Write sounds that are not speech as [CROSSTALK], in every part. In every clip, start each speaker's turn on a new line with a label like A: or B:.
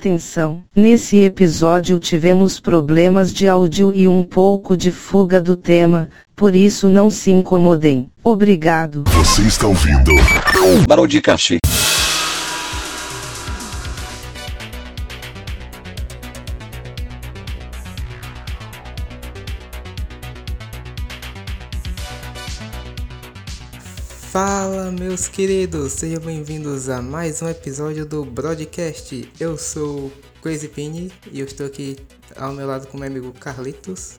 A: Atenção! Nesse episódio tivemos problemas de áudio e um pouco de fuga do tema, por isso não se incomodem. Obrigado.
B: Você está ouvindo?
C: Barão de Caxi.
D: Fala, meus queridos, sejam bem-vindos a mais um episódio do Broadcast. Eu sou o Crazy Pini e eu estou aqui ao meu lado com meu amigo Carlitos.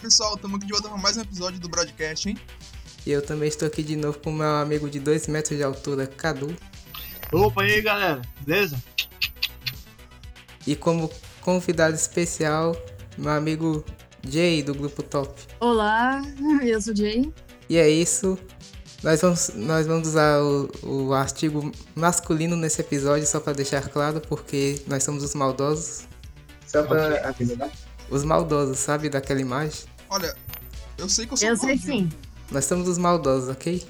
E: Pessoal, estamos aqui de volta para mais um episódio do Broadcast, hein?
D: E eu também estou aqui de novo com meu amigo de 2 metros de altura, Cadu.
F: Opa, e aí galera, beleza?
D: E como convidado especial, meu amigo Jay do grupo Top.
G: Olá, eu sou Jay.
D: E é isso. Nós vamos, nós vamos usar o, o artigo masculino nesse episódio só para deixar claro, porque nós somos os maldosos. Só para avisar. Os maldosos, sabe daquela imagem?
E: Olha, eu sei que eu sou
G: Eu sei
E: maldoso.
G: sim.
D: Nós somos os maldosos, ok?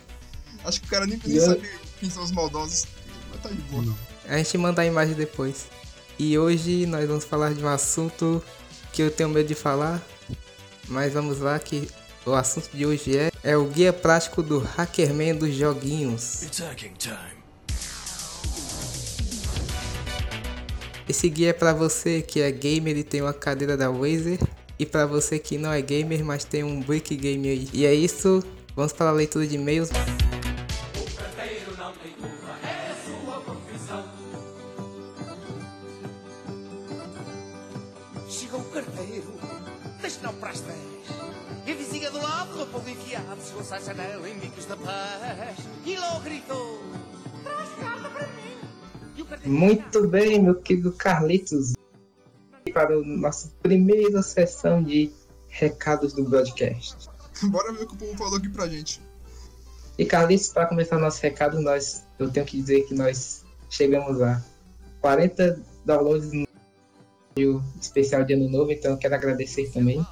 E: Acho que o cara nem precisa saber quem são os maldosos. Mas tá de boa.
D: A gente manda a imagem depois. E hoje nós vamos falar de um assunto que eu tenho medo de falar, mas vamos lá que o assunto de hoje é, é o guia prático do Hackerman dos joguinhos. Esse guia é pra você que é gamer e tem uma cadeira da Razer e pra você que não é gamer, mas tem um brick game aí. E é isso, vamos para a leitura de e-mails.
H: Chega o carteiro, deixa-o para as três. E a vizinha do lado, roupa liqueada, chegou-se à janela em bicos da paz. E logo gritou: Traz carta para mim. E o carteiro
I: Muito bem, meu querido Carlitos. Para a nossa primeira sessão de recados do broadcast.
E: [LAUGHS] Bora ver o que o povo falou aqui pra gente.
I: E Carlitos, para começar nosso recado, nós, eu tenho que dizer que nós chegamos a 40 downloads no vídeo especial de ano novo, então eu quero agradecer também.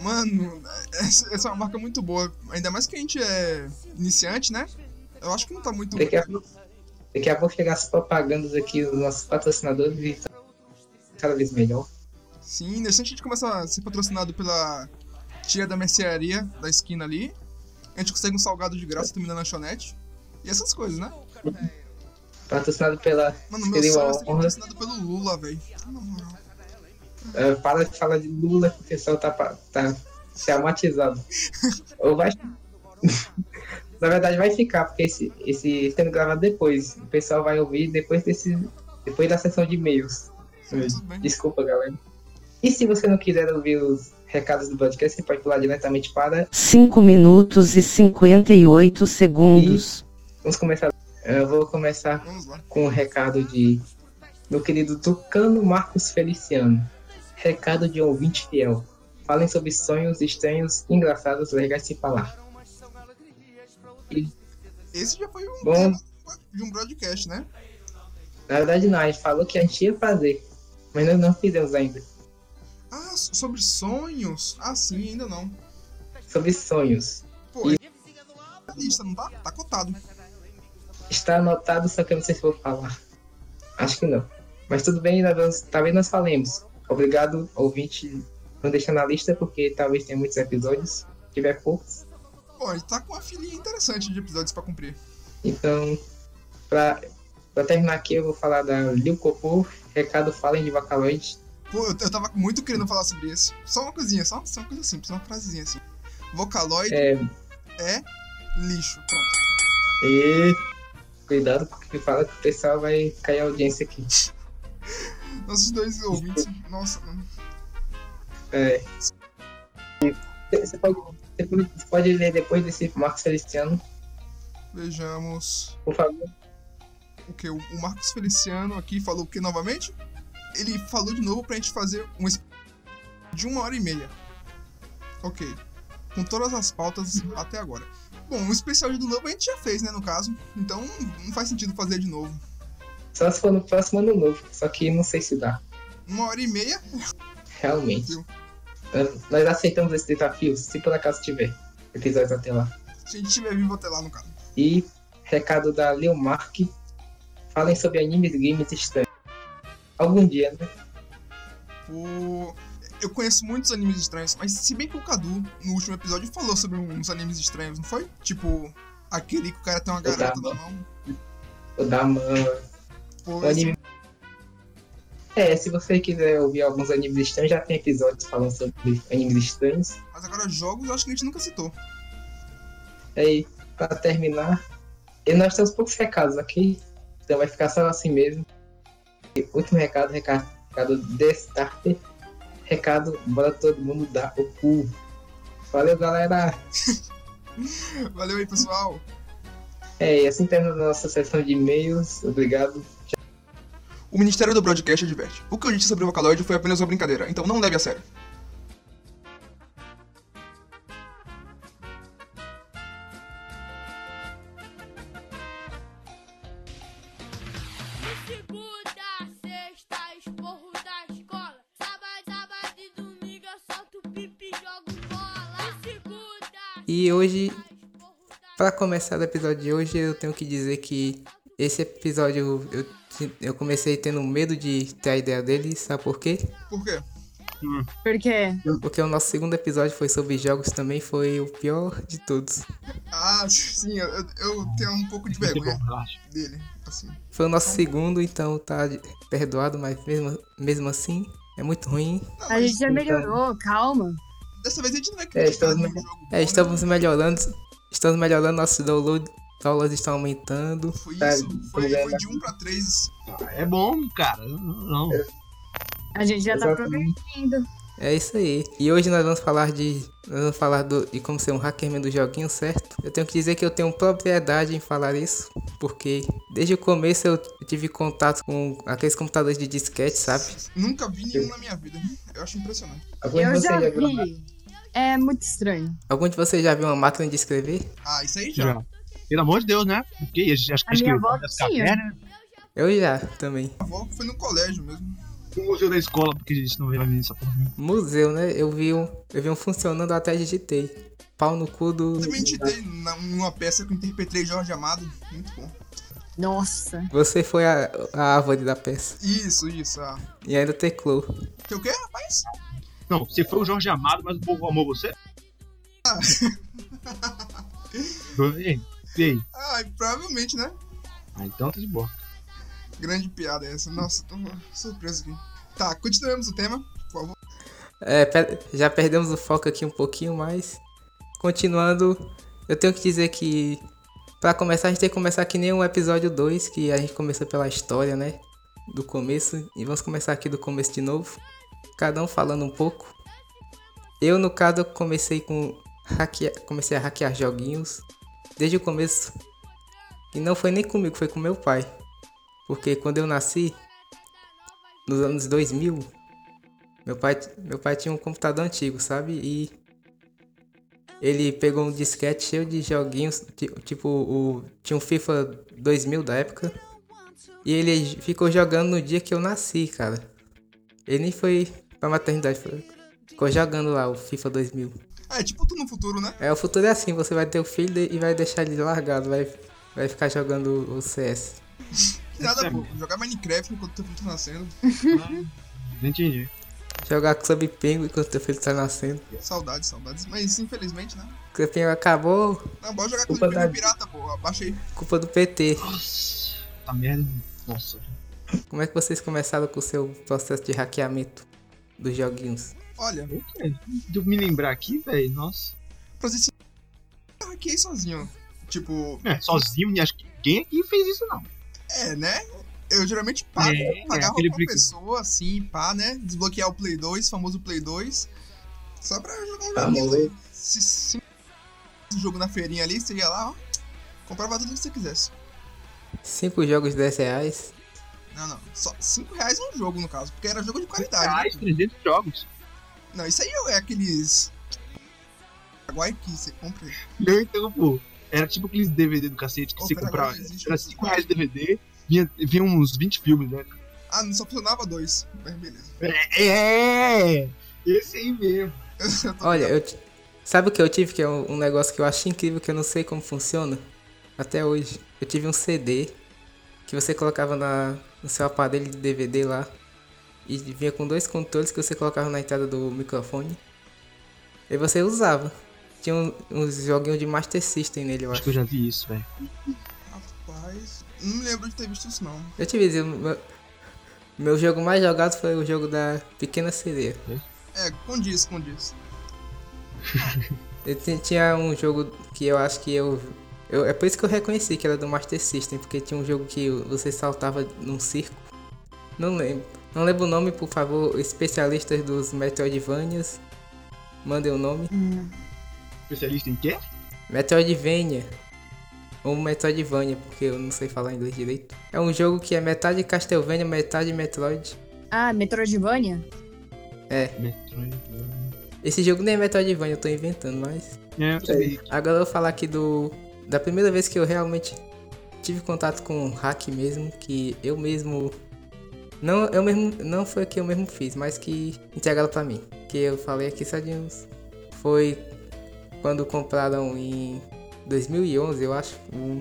E: Mano, essa essa é uma marca muito boa. Ainda mais que a gente é iniciante, né? Eu acho que não tá muito.
F: É
I: Daqui a pouco, daqui a pouco chegar as propagandas aqui dos nossos patrocinadores e tá cada vez melhor.
E: Sim, deixa a gente começar a ser patrocinado pela tia da mercearia da esquina ali. A gente consegue um salgado de graça também na lanchonete. E essas coisas, né?
I: Patrocinado pela.
E: Mano, meu
I: seria
E: sonho é
I: uma
E: ser
I: honra.
E: patrocinado pelo Lula, velho. Na moral.
I: É, para de falar de Lula que o pessoal tá, pa- tá traumatizado. Ou vai. Na verdade vai ficar, porque esse, esse sendo gravado depois. O pessoal vai ouvir depois desse. Depois da sessão de e-mails.
E: Tudo bem.
I: Desculpa, galera. E se você não quiser ouvir os recados do podcast, você pode pular diretamente para.
A: 5 minutos e 58 segundos.
I: Vamos começar. eh, Eu vou começar
E: Vamos lá.
I: com o recado de meu querido Tucano Marcos Feliciano. Recado de um ouvinte fiel. Falem sobre sonhos estranhos, engraçados, legais de se falar.
E: Esse já foi um
I: Bom.
E: de um broadcast, né?
I: Na verdade, não, a gente falou que a gente ia fazer, mas nós não fizemos ainda.
E: Ah, so- sobre sonhos? Ah, sim, ainda não.
I: Sobre sonhos.
E: Pô, é na lista, não tá? Tá cotado.
I: Está anotado, só que eu não sei se vou falar. Acho que não. Mas tudo bem, nós vamos, talvez nós falemos. Obrigado, ouvinte. Não deixa na lista, porque talvez tenha muitos episódios. Se tiver poucos,
E: Pô, ele tá com uma filhinha interessante de episódios pra cumprir.
I: Então, pra, pra terminar aqui, eu vou falar da Liu Copô, recado Falem de Bacaloide.
E: Pô, eu, eu tava muito querendo falar sobre isso. Só uma coisinha, só, só uma coisa simples, uma frasezinha assim. Vocaloid
I: É,
E: é, lixo. Pronto.
I: e cuidado com o que fala que o pessoal vai cair a audiência aqui.
E: Nossos dois ouvintes. Nossa, mano.
I: É. E Você pode, você pode- você pode ler depois desse Marcos Feliciano,
E: vejamos.
I: por favor.
E: O que? O, o Marcos Feliciano aqui falou o que novamente? Ele falou de novo pra gente fazer um. es- de uma hora e meia. Ok. Com todas as pautas
J: Uhum.
E: até agora. Bom, o especial de do novo a gente já fez, né? No caso. Então não faz sentido fazer de novo.
I: Só se for no próximo ano novo, só que não sei se dá,
E: Uma hora e meia
I: realmente. Nós- Nós aceitamos esse desafio, se por acaso tiver episódios até lá.
E: Se a gente estiver vivo até lá, no caso.
I: E recado da Leo Mark. Falem sobre animes, games e estranhos.
J: Algum dia, né?
E: Pô, Eu conheço muitos animes estranhos, mas se bem que o Cadu, no último episódio, falou sobre uns animes estranhos, não foi? Tipo, aquele que o cara tem uma
J: Exato.
E: garota na mão.
J: O da mão.
E: Pô,
J: O anime. É, se você quiser ouvir alguns animes estranhos, já tem episódios falando sobre animes estranhos.
E: esse- Mas agora jogos eu acho que a gente nunca citou.
J: Aí, pra terminar, e nós temos poucos recados aqui, então vai ficar só assim mesmo. E último recado, recado, recado destaque. Recado, bora todo mundo dar o cu. Valeu, galera!
E: Valeu aí, pessoal.
J: É, e assim termina a nossa sessão de e-mails. Obrigado.
E: O Ministério do Broadcast adverte. O que eu disse sobre o Vocaloid foi apenas uma brincadeira, então não leve a sério.
B: Segunda, sexta, esporro da escola. Sábado, sábado e domingo eu solto pipi e jogo bola. Segunda,
I: E hoje,
B: esporro da
I: pra começar o episódio de hoje, eu tenho que dizer que esse episódio eu, eu comecei tendo medo de ter a ideia dele, sabe por quê?
E: Por quê?
G: Porque
I: Porque o nosso segundo episódio foi sobre jogos também, foi o pior de todos.
E: Ah, sim, eu, eu- eu tenho um pouco de
K: Muito
E: vergonha
K: bom, eu acho.
E: dele, assim.
I: Foi o nosso segundo, então tá de- perdoado, mas mesmo, mesmo assim é muito ruim.
E: Não,
G: a
E: mas
G: gente já melhorou, calma.
E: dessa vez a gente não vai criticar
J: É, estamos-
E: nenhum jogo.
I: É, estamos melhorando, estamos melhorando, nossos download, downloads estão aumentando.
E: Foi
J: Tá,
E: isso, foi,
J: tudo
E: foi
J: bem.
E: de 1 pra 3.
K: É bom, cara. Não.
G: A gente já tá
J: Exatamente.
G: progredindo.
I: É isso aí. E hoje nós vamos falar de. Nós vamos falar do- de como ser um hackerman do joguinho, certo? Eu tenho que dizer que eu tenho propriedade em falar isso, porque desde o começo eu tive contato com aqueles computadores de disquete, sabe?
E: Nunca vi nenhum na minha vida. Eu acho impressionante.
J: Algum de
G: Eu
J: vocês
G: já
J: já viu?
G: vi. É muito estranho.
I: Algum de vocês já viu uma máquina de escrever?
E: Ah, isso aí já.
K: Já. Pelo amor de Deus, né? Porque a gente acho que
G: A minha
K: escreveu
G: avó
K: das
G: tinha.
K: cavernas,
I: Eu já também.
E: A avó foi no colégio mesmo.
K: o um museu da escola, porque a gente não vai ver essa porra.
I: Museu, né? Eu vi um, eu vi um funcionando até digitei. Pau no cu do.
E: Eu também
J: tá.
E: digitei na- numa peça que eu interpretei Jorge Amado. Muito bom.
G: Nossa.
I: Você foi a, a árvore da peça.
E: Isso, isso. Ah.
I: E ainda teclou.
E: Que o quê, rapaz?
K: Não, você foi o Jorge Amado, mas o povo amou você? e aí? E aí?
E: Ah, provavelmente, né?
K: Ah, então tá de boa.
E: Grande piada essa. Nossa, tô surpreso aqui. Tá, continuamos o tema.
I: É, pe- já perdemos o foco aqui um pouquinho, mas continuando, eu tenho que dizer que pra começar a gente tem que começar que nem o episódio 2, que a gente começou pela história, né? Do começo, e vamos começar aqui do começo de novo. Cada um falando um pouco. Eu no caso eu comecei com hackear, comecei a hackear joguinhos desde o começo. E não foi nem comigo, foi com meu pai. Porque quando eu nasci nos anos 2000, meu pai, meu pai tinha um computador antigo, sabe? E ele pegou um disquete cheio de joguinhos, ti- tipo, o, tinha um FIFA 2000 da época. E ele j- ficou jogando no dia que eu nasci, cara. Ele nem foi pra maternidade, foi- ficou jogando lá o FIFA 2000.
E: Ah, é tipo tu no futuro, né?
I: É, o futuro é assim, você vai ter o filho de- e vai deixar ele largado, vai, vai ficar jogando o CS.
E: Que Nada, pô. Jogar Minecraft enquanto teu filho tá nascendo.
K: Não entendi.
I: Jogar com Sub Penguin enquanto teu filho tá nascendo.
E: Saudades, saudades. Mas infelizmente, né?
I: O Sub Penguin acabou,
E: Não, bora jogar com o
J: Culpa da-
E: Pinguim Pirata, pô. Abaixa aí.
I: culpa do PT.
K: Nossa, tá merda. Nossa.
I: Como é que vocês começaram com o seu processo de hackeamento dos joguinhos?
E: Olha,
K: Eu que- de eu me lembrar aqui, velho, nossa.
E: pra ser sincero, eu hackeei sozinho. Tipo,
K: É, sozinho, né? acho que ninguém aqui fez isso, não.
E: é, né? Eu geralmente pago,
K: É, é,
E: pagava
K: aquele
E: pra
K: brinco.
E: pessoa, assim, pá, né? Desbloquear o Play 2, famoso Play 2. Só pra jogar um
J: Tá
E: joguinho.
J: bom, hein?
E: Se, se um jogo na feirinha ali, você ia lá, ó. Comprava tudo que você quisesse.
I: Cinco jogos de 10 reais?
E: Não, não. Só 5 reais um jogo, no caso, porque era jogo de qualidade.
K: Reais,
E: né?
K: 300 jogos.
E: Não, isso aí é aqueles. Paraguai que você compra.
K: Não, então, pô. Era tipo aqueles DVD do cacete que
E: Ô,
K: você
E: pera,
K: comprava.
E: agora existe um
K: Era
E: isso.
K: 5 reais de DVD, vinha, vinha uns 20 filmes, né?
E: Ah, não, só funcionava dois. Mas beleza.
K: É! Esse aí mesmo.
I: Olha, eu ti- sabe o que eu tive que é um, um negócio que eu acho incrível que eu não sei como funciona até hoje. Eu tive um CD que você colocava na, no seu aparelho de DVD lá E vinha com dois controles que você colocava na entrada do microfone. E você usava. Tinha um- uns joguinhos de Master System nele, eu
K: Acho
I: acho.
K: que eu já vi isso, velho.
E: Rapaz, não lembro de ter visto isso não.
I: Eu te disse, meu, meu jogo mais jogado foi o jogo da Pequena Sereia.
E: É, condiz, condiz.
I: Eu ti- tinha um jogo que eu acho que eu, eu- É por isso que eu reconheci que era do Master System, porque tinha um jogo que você saltava num circo. Não lembro. Não lembro o nome, por favor, especialistas dos Metroidvanias. Mandem o nome.
K: Especialista em quê?
I: Metroidvania. Ou Metroidvania, porque eu não sei falar inglês direito. É um jogo que é metade Castlevania, metade Metroid.
G: Ah, Metroidvania?
K: Metroid.
I: Esse jogo nem é Metroidvania, eu tô inventando, mas.
K: É, eu sei.
I: Agora eu vou falar aqui do. Da primeira vez que eu realmente tive contato com hack mesmo, que eu mesmo. Não, eu mesmo. Não foi que eu mesmo fiz, mas que entregaram pra mim. Que eu falei aqui só de uns. Foi quando compraram em 2011, eu acho, um,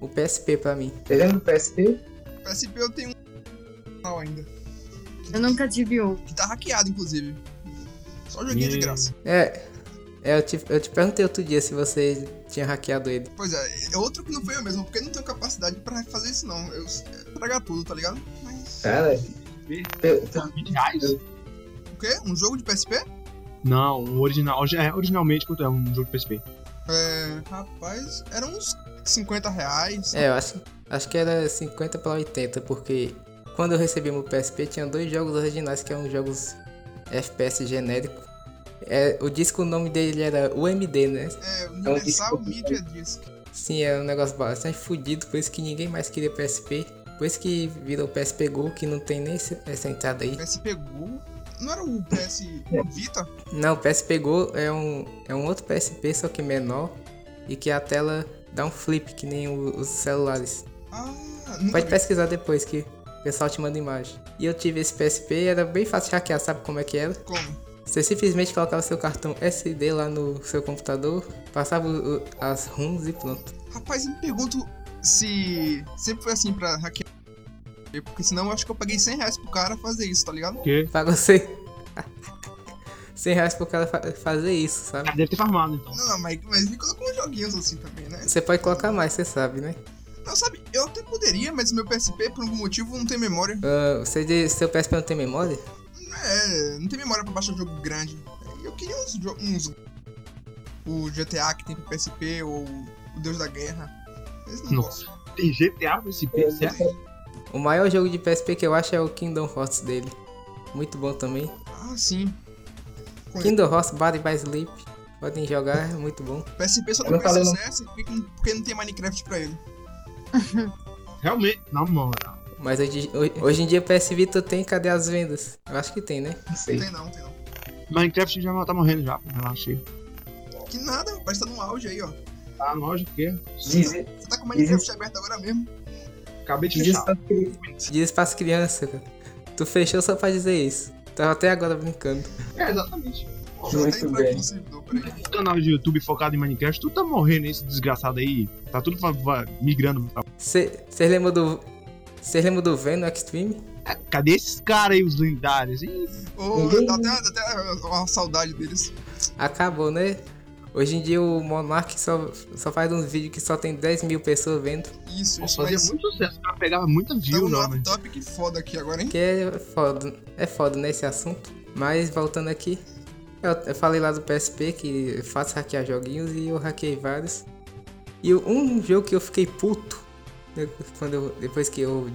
I: o PSP pra mim.
J: Vocês lembram do PSP?
E: PSP eu tenho um canal ainda.
G: Eu nunca tive um.
E: Que tá hackeado, inclusive. Só joguinho de
K: Yeah.
E: graça.
I: É. é, eu, te, eu te perguntei outro dia se você tinha hackeado ele.
E: Pois é, é outro que não foi eu mesmo, porque eu não tenho capacidade pra fazer isso não. Eu é, estragar tudo, tá ligado? Mas.
J: Cara, eu-
K: Tá, 20 reais?
E: O quê? Um jogo de PSP?
K: Não, um original. É, originalmente quanto é um jogo de PSP?
E: É. Rapaz, eram uns 50 reais.
I: É, eu acho, acho que era 50 pra 80, porque quando eu recebi meu PSP tinha dois jogos originais que eram jogos FPS genérico. É, o disco, o nome dele era UMD, né?
E: É, Universal
J: disco.
E: Media Disc.
I: Sim, era um negócio bastante fudido, por isso que ninguém mais queria PSP. Por isso que virou PSP Go, que não tem nem esse- essa entrada aí.
E: PSP Go? Não era o PS
I: É.
E: Vita?
I: Não, o PSP Go é um, é um outro PSP, só que menor, e que a tela dá um flip, que nem o- os celulares.
E: Ah, nunca
I: Pode
E: vi.
I: pesquisar depois que o pessoal te manda imagem. E eu tive esse PSP, era bem fácil de hackear, sabe como é que era?
E: Como?
I: Você simplesmente colocava seu cartão SD lá no seu computador, passava o- o- as ROMs e pronto. [LAUGHS]
E: Rapaz, eu me pergunto se sempre foi assim pra hackear. Porque senão eu acho que eu paguei 100 reais pro cara fazer isso, tá ligado?
K: Porque.
I: Pra [LAUGHS] você. 100 reais pro cara fa- fazer isso, sabe?
K: Ah, deve ter farmado então.
E: Não, não, mas, mas ele colocou uns joguinhos assim também, né?
I: Você pode colocar mais, você sabe, né?
E: Não, sabe, eu até poderia, mas meu PSP por algum motivo não tem memória.
I: Ah, você diz, seu PSP não tem memória?
E: É, não tem memória pra baixar jogo grande. Eu queria uns. jo- uns o GTA que tem pro PSP ou o Deus da Guerra. Mas não
K: Nossa.
E: gosto.
K: Tem GTA pro PSP, certo?
I: O maior jogo de PSP que eu acho é o Kingdom Hearts dele. Muito bom também.
E: Ah, sim.
I: Kingdom Hearts Body by Sleep. Podem jogar, é muito bom.
E: PSP só
J: Eu
E: não
J: não
E: fez
J: falei, não.
E: sucesso porque não- um- porque não tem Minecraft pra ele.
K: Realmente. Na moral.
I: Mas hoje, ho- hoje em dia PS Vita tem, cadê as vendas? Eu acho que tem, né?
J: Não
E: Não
J: sei.
E: tem não, tem não.
K: Minecraft já tá morrendo já, pô. Relaxa aí.
E: Que nada, rapaz, tá no auge aí, ó.
K: Tá, lógico que é.
J: Dizem,
E: Você tá com o Minecraft aberto agora mesmo.
K: Acabei de
J: dizem
K: fechar.
J: só que
I: Diz pras crianças, cara. Tu fechou só pra dizer isso. Tava até agora brincando.
K: É, exatamente.
E: Deixa eu até
J: Muito
E: entrar aqui
J: bem.
E: no servidor, peraí.
K: O canal de YouTube focado em Minecraft, tu tá morrendo aí, esse desgraçado aí. Tá tudo fa- va- migrando. pra-
I: Vocês lembram do. Vocês lembram do Venom Extreme?
K: Cadê esses caras aí, os lendários? Ih,
E: Ô,
J: Ninguém-
E: dá até, dá até uma saudade deles.
I: Acabou, né? Hoje em dia o Monark só, só faz uns vídeos que só tem 10 mil pessoas vendo.
E: Isso, isso,
K: fazia
E: mas é
K: muito sucesso, o cara pegava muita
E: tá
K: view,
E: um
K: não, né?
E: laptop que foda aqui agora, hein?
I: Que é foda. É foda, né? Esse assunto. Mas voltando aqui. Eu, eu falei lá do PSP que eu faço hackear joguinhos e eu hackeei vários. E o- um jogo que eu fiquei puto né, quando eu- depois que eu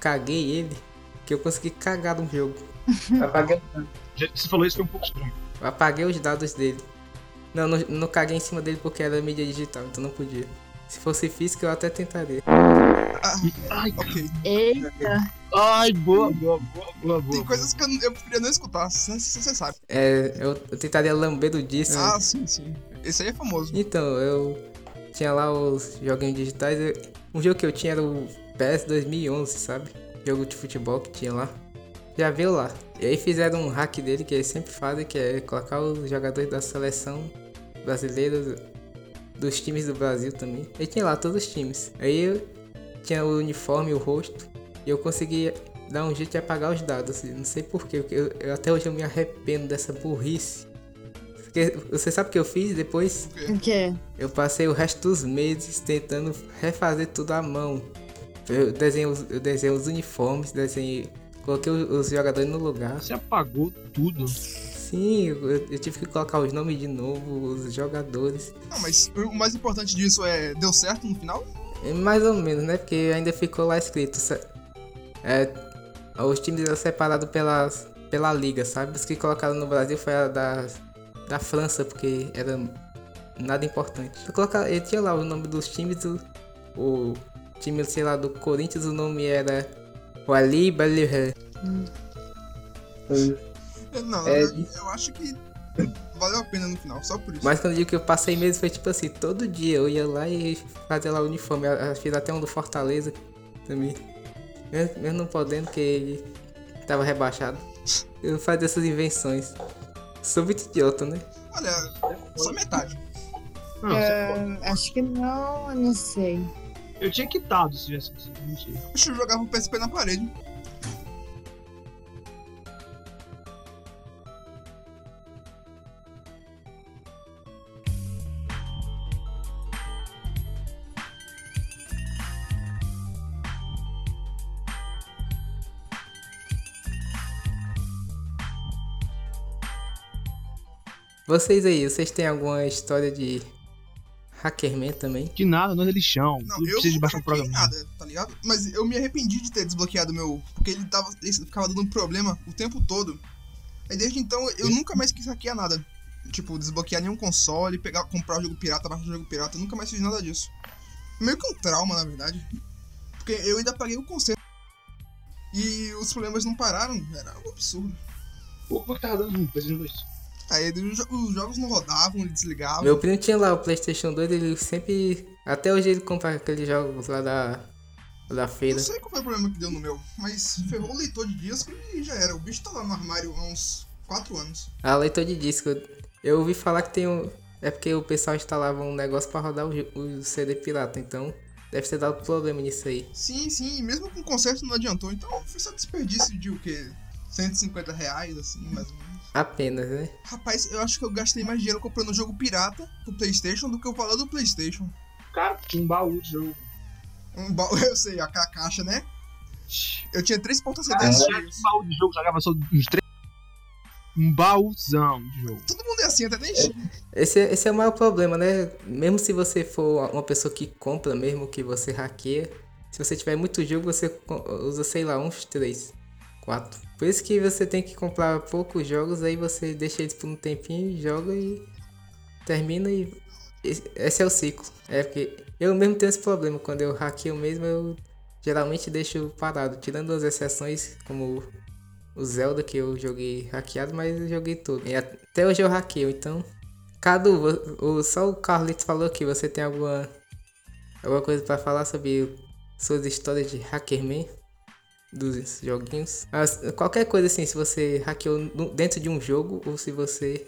I: caguei ele, que eu consegui cagar no jogo.
J: apagando
K: Já que Você falou isso que é um pouco estranho.
I: Eu apaguei os dados dele. Não, não, não caguei em cima dele porque era mídia digital, então não podia. Se fosse física, eu até tentaria.
K: Ai,
E: Ok.
G: Eita.
K: ai, boa, boa, boa, boa, boa.
E: Tem coisas que eu, não- eu preferia não escutar, você sabe.
I: É, eu, eu tentaria lamber do disco.
E: Ah, sim, sim. Esse aí é famoso.
I: Então, eu tinha lá os joguinhos digitais. eu- um jogo que eu tinha era o PS 2011, sabe? Jogo de futebol que tinha lá. Já veio lá. E aí fizeram um hack dele que eles sempre fazem, que é colocar os jogadores da seleção brasileira, do- dos times do Brasil também. E tinha lá todos os times. Aí eu tinha o uniforme, o rosto. E eu consegui dá um jeito de apagar os dados. assim, Não sei porquê, porque eu, eu- até hoje eu me arrependo dessa burrice. Porque você sabe o que eu fiz depois?
G: O quê?
I: Eu passei o resto dos meses tentando refazer tudo à mão. Eu desenhei, os- eu desenhei os uniformes, desenhei, coloquei os, os jogadores no lugar.
K: Você apagou tudo.
I: Sim, eu, eu tive que colocar os nomes de novo, os jogadores.
E: Não, mas o mais importante disso é. Deu certo no final?
I: É Mais ou menos, né? Porque ainda ficou lá escrito. se- é, os times eram separados pelas, pela liga, sabe? Os que colocaram no Brasil foi a da, da França, porque era nada importante. Eu, coloca- eu tinha lá o nome dos times, o, o time, sei lá, do Corinthians, o nome era Wali Balihé.
E: É, Não,
J: É,
E: eu, eu acho que valeu a pena no final, só por isso.
I: Mas quando eu digo que eu passei mesmo, foi tipo assim, todo dia eu ia lá e fazia lá o uniforme. Eu, eu fiz até um do Fortaleza também. Mesmo, mesmo não podendo, porque ele tava rebaixado. Eu fazia essas invenções. Sou muito idiota, né?
E: Olha, só metade.
K: Não,
G: Ah, acho que não, eu não sei.
K: você- eu tinha quitado se tivesse conseguido. Mentira.
E: Acho que eu jogava o PSP na parede.
I: Vocês aí, vocês têm alguma história de Hackerman também?
K: De nada, nós é lixão.
E: Não,
K: Tudo
E: eu
K: precisa de baixar
E: não
K: o programa.
E: bloqueei nada, tá ligado? Mas eu me arrependi de ter desbloqueado meu. Porque ele tava. Ele ficava dando problema o tempo todo. Aí desde então eu nunca mais quis hackear nada. Tipo, desbloquear nenhum console, pegar, comprar o jogo pirata, baixar o jogo pirata, eu nunca mais fiz nada disso. Meio que um trauma, na verdade. Porque eu ainda paguei o conserto. E os problemas não pararam, era um absurdo.
K: Pô, como é que tá dando um PlayStation 2?
E: Aí os jo- os jogos não rodavam, ele desligava.
I: Meu primo tinha lá o PlayStation 2, ele sempre. Até hoje ele compra aqueles jogos lá da. da feira.
E: Não sei qual foi o problema que deu no meu, mas ferrou o leitor de disco e já era. O bicho tá lá no armário há uns 4 anos.
I: Ah, leitor de disco. Eu ouvi falar que tem um. É porque o pessoal instalava um negócio pra rodar o, ju- o CD pirata, então deve ter dado problema nisso aí.
E: Sim, sim, e mesmo com o conserto não adiantou, então foi só desperdício de o quê? 150 reais, assim, mais ou menos.
I: Apenas, né?
E: Rapaz, eu acho que eu gastei mais dinheiro comprando jogo pirata do Playstation do que eu falando do Playstation.
K: Cara, tinha um baú de jogo.
E: Um ba... [LAUGHS] Eu sei, aquela caixa, né? Eu tinha três portas CDs
K: Tinha
E: cheias.
K: um baú de jogo, jogava só uns três. Um baúzão de jogo.
E: Todo mundo é assim, até nem chega.
I: Esse, é- esse é o maior problema, né? Mesmo se você for uma pessoa que compra, mesmo que você hackeia, se você tiver muito jogo, você co- usa, sei lá, uns três, quatro. Por isso que você tem que comprar poucos jogos, aí você deixa eles por um tempinho, joga e termina e. esse- Esse é o ciclo. É porque eu mesmo tenho esse problema. Quando eu hackeio mesmo, eu geralmente deixo parado. Tirando as exceções, como o Zelda, que eu joguei hackeado, mas eu joguei tudo. E até hoje eu hackeio, então. Cadu, vo- o, só o Carlitos falou que você tem alguma, alguma coisa pra falar sobre suas histórias de hackerman dos joguinhos. Mas, qualquer coisa assim, se você hackeou no- dentro de um jogo ou se você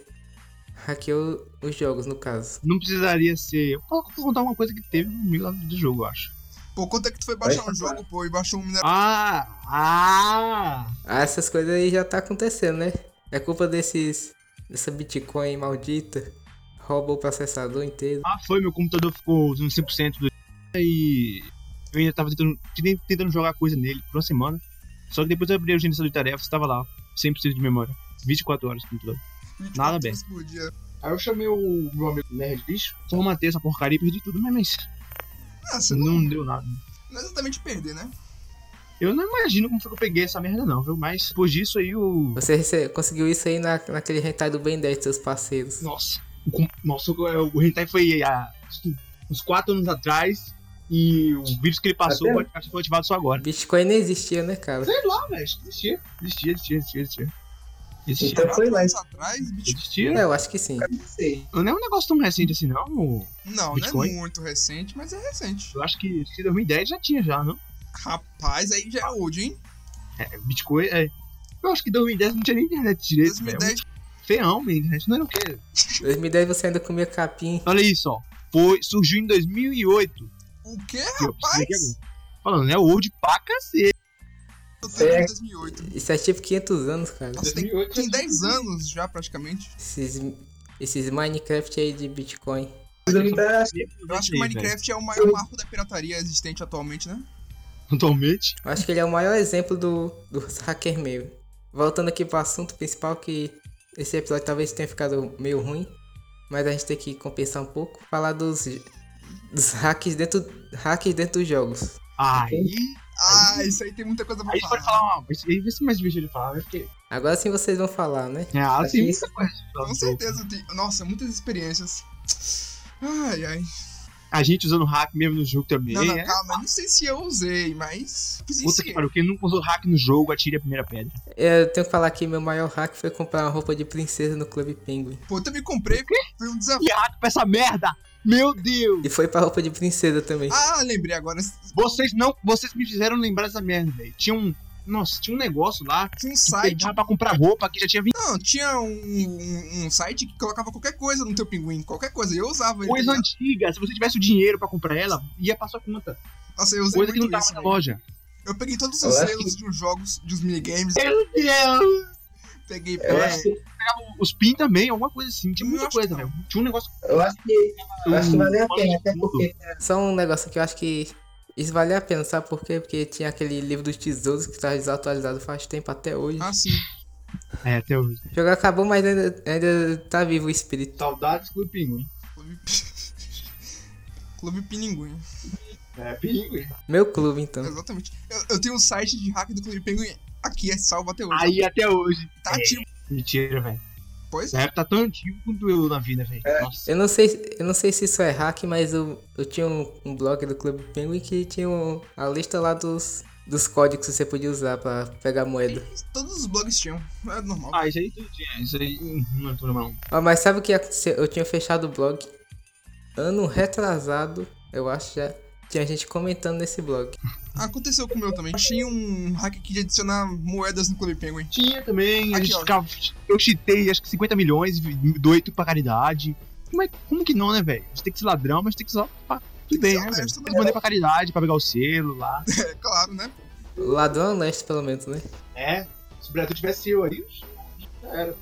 I: hackeou os jogos, no caso.
K: Não precisaria ser. Eu vou contar uma coisa que teve comigo lá do jogo, eu acho.
E: Pô, quanto é que tu foi baixar
J: Vai
E: um jogo, pô, e baixou um minério?
K: Ah! Ah!
I: Ah, essas coisas aí já tá acontecendo, né? É culpa desses. dessa Bitcoin maldita. Rouba o processador inteiro.
K: Ah, foi, meu computador ficou usando 100% do e eu ainda tava tentando, tentei- tentando jogar coisa nele por uma semana. Só que depois eu abri o gerenciador de tarefas, tava lá, 100% de memória. 24 horas no computador.
E: 24
K: nada bem.
E: horas Por dia.
K: Aí eu chamei o meu amigo nerd bicho, formatei essa porcaria e perdi tudo, mas, mas
E: Ah, você não,
K: não deu nada.
E: não é exatamente perder, né?
K: Eu não imagino como foi que eu peguei essa merda não, viu? Mas depois disso aí o...
I: Você rece- conseguiu isso aí na, naquele hentai do Ben 10 dos seus parceiros.
K: Nossa, o, com- nossa, o o Hentai foi há acho que uns 4 anos atrás e o vírus que ele passou
J: Até-
K: pode- acho que foi ativado só agora.
I: Bitcoin nem existia, né, cara?
K: Sei lá, velho, acho que existia, existia, existia, existia, existia. Existia.
J: Então foi lá.
E: Anos atrás, bicho.
K: Existia.
I: É, eu acho que sim.
J: Não sei.
K: Não é um negócio tão recente assim, não.
E: Não,
K: Bitcoin?
E: não é muito recente, mas é recente.
K: Eu acho que acho que em 2010 já tinha, já, não?
E: Rapaz, aí já é old, hein?
K: Ah, É, Bitcoin, é. Eu acho que em 2010 não tinha nem internet direito, velho.
E: 2010.
K: Feião, minha internet não era o quê?
I: 2010 você ainda comia capim.
K: Olha isso, ó. Foi, surgiu em 2008.
E: O quê,
K: Eu preciso ver aqui
E: rapaz?
K: agora. Falando, né? O old pra cacete.
E: Eu tenho
J: É.
E: 2008.
I: Isso é tipo 500 anos, cara.
E: Nossa, tem,
L: 2008.
E: tem 10 anos já, praticamente.
I: Esses, esses Minecraft aí de Bitcoin.
J: Inclusive, tá-
E: Eu acho que
K: Sim,
E: Minecraft é o maior marco da pirataria existente atualmente, né?
K: velho. Atualmente?
I: Eu acho que ele é o maior exemplo do, dos hacker meio. Voltando aqui pro assunto principal, que esse episódio talvez tenha ficado meio ruim, mas a gente tem que compensar um pouco. Falar dos, dos hacks, dentro, hacks dentro dos jogos.
K: Ai.
E: Ah, isso aí tem muita coisa pra
K: Aí
E: falar.
K: pode falar uma. Aí vai ser mais divertido de falar, vai porque.
I: Agora sim vocês vão falar, né?
K: Ah,
J: Aqui,
K: sim.
J: isso
E: Com certeza. Tem... Nossa, muitas experiências. Ai, ai.
K: A gente usando hack mesmo no jogo também.
E: Não, não,
K: é.
E: calma. Não sei se eu usei, mas...
K: Puta que pariu, quem nunca usou hack no jogo, atire a primeira pedra.
I: Eu tenho que falar que meu maior hack foi comprar uma roupa de princesa no Clube Penguin.
E: Pô, eu também comprei. Foi um desafio.
K: Que hack pra essa merda! Meu Deus!
I: E foi pra roupa de princesa também.
E: Ah, lembrei agora.
K: Vocês não. Vocês me fizeram lembrar dessa merda, velho. Tinha um. Nossa, tinha um negócio lá
E: Tinha um
K: que
E: site.
K: dava pra comprar roupa que já tinha 20
E: Não, tinha um, um, um site que colocava qualquer coisa no teu pinguim. Qualquer coisa. E eu usava ele.
K: coisa
E: tá ligado?
K: antiga. Se você tivesse o dinheiro pra comprar ela, ia pra sua conta.
E: Nossa, eu usei
K: Coisa que não
E: muito
K: tava
E: isso. né?
K: na
E: velho.
K: loja.
E: Eu peguei todos
J: Eu
E: os
J: acho
E: selos de uns jogos, de uns minigames.
K: Meu Deus!
E: Peguei
J: Eu
E: pé.
J: acho que,
K: Os pin também, alguma coisa assim. Tinha muita
E: Eu acho que
K: coisa, velho. Tinha um negócio.
J: eu acho que, eu acho que valeu a pena, até
K: tudo.
J: porque
I: Só um negócio que eu acho que isso valia a pena, sabe por quê? Porque tinha aquele livro dos tesouros que tá desatualizado faz tempo até hoje.
E: Ah, sim.
K: É, até hoje.
I: O jogo acabou, mas ainda, ainda tá vivo o espírito.
K: Saudades do pinguim.
E: Clube, [LAUGHS] Clube Pinguim.
K: É, pinguim.
I: Meu clube, então.
E: Exatamente. Eu, eu tenho um site de hack do Clube Pinguim. Aqui é salvo até hoje.
K: Aí é. até hoje.
E: Tá ativo.
K: Mentira, velho.
E: Pois
K: Essa
E: é.
K: época tá tão antigo quanto eu na vida, velho.
J: É.
K: Nossa.
I: Eu não sei, eu não sei se isso é hack, mas eu, eu tinha um, um blog do Clube Penguin que tinha um- a lista lá dos, dos códigos que você podia usar pra pegar moeda.
E: Todos os blogs tinham. É normal.
K: Ah, isso aí tudo tinha. Isso aí. hum, Não é problema não.
I: Ó, mas sabe o que aconteceu? Eu tinha fechado o blog ano retrasado, eu acho já. Tinha gente comentando nesse blog.
E: Aconteceu com o meu também. Tinha um hack aqui de adicionar moedas no Clube Penguin.
K: Tinha também, a
E: Aqui,
K: gente
E: ó.
K: ficava- eu chitei acho que 50 milhões, doei tudo pra caridade. Como, é, como que não, né, velho? A gente tem que ser ladrão, mas tem que só. pá,
E: Tem que
K: Tudo bem,
E: ser
K: né, velho?
E: honesto, né?
K: Eu mandei pra caridade, pra pegar o selo lá.
E: É claro, né? [LAUGHS]
I: Ladrão honesto, pelo menos, né?
K: É, se o Brasil tivesse eu aí, já era.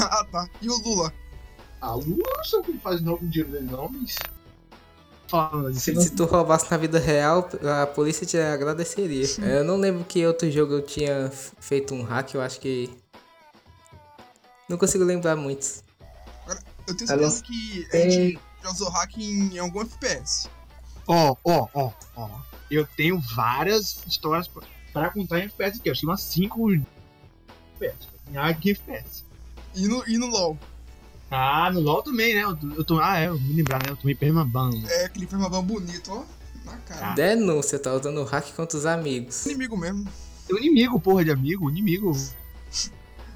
E: ah, tá. E o Lula?
K: A Lua não sabe Ah, o que ele faz não com o dinheiro dele, não, mas. Fala,
I: Se, se tu roubasse na vida real, a polícia te agradeceria. Eu não lembro que outro jogo eu tinha f- feito um hack, eu acho que. Não consigo lembrar muitos.
E: Eu tenho
J: Alô?
E: certeza que a gente já usou hack em, em algum FPS.
K: Ó, ó, ó, ó. Eu tenho várias histórias pra, pra contar em FPS aqui. Eu acho que umas 5 FPS. Em ARG FPS.
E: E no, e no LoL.
K: Ah, no LoL também, né? Eu, tô- eu tô, ah, é, eu me lembrar, né? Eu tomei permaban.
E: É, aquele permaban bonito, ó. Na cara.
K: Ah.
I: Denúncia, tá usando hack contra os amigos.
E: Inimigo mesmo.
K: Tem um inimigo, porra, de amigo. um Inimigo.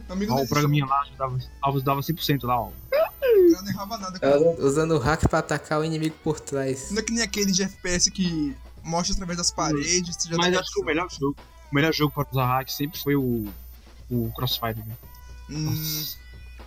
E: Amigo
K: Ó,
E: não
K: o programinha lá ajudava, ajudava 100% lá, ó.
E: Eu não errava nada.
J: eu não-
I: Usando hack pra atacar o inimigo por trás.
E: Não é que nem aquele de FPS que mostra através das paredes. você já
K: Hum. Mas
E: tá-
K: acho que o melhor jogo, o melhor jogo pra usar hack sempre foi o, o Crossfire, né?
E: Hum,
K: Nossa.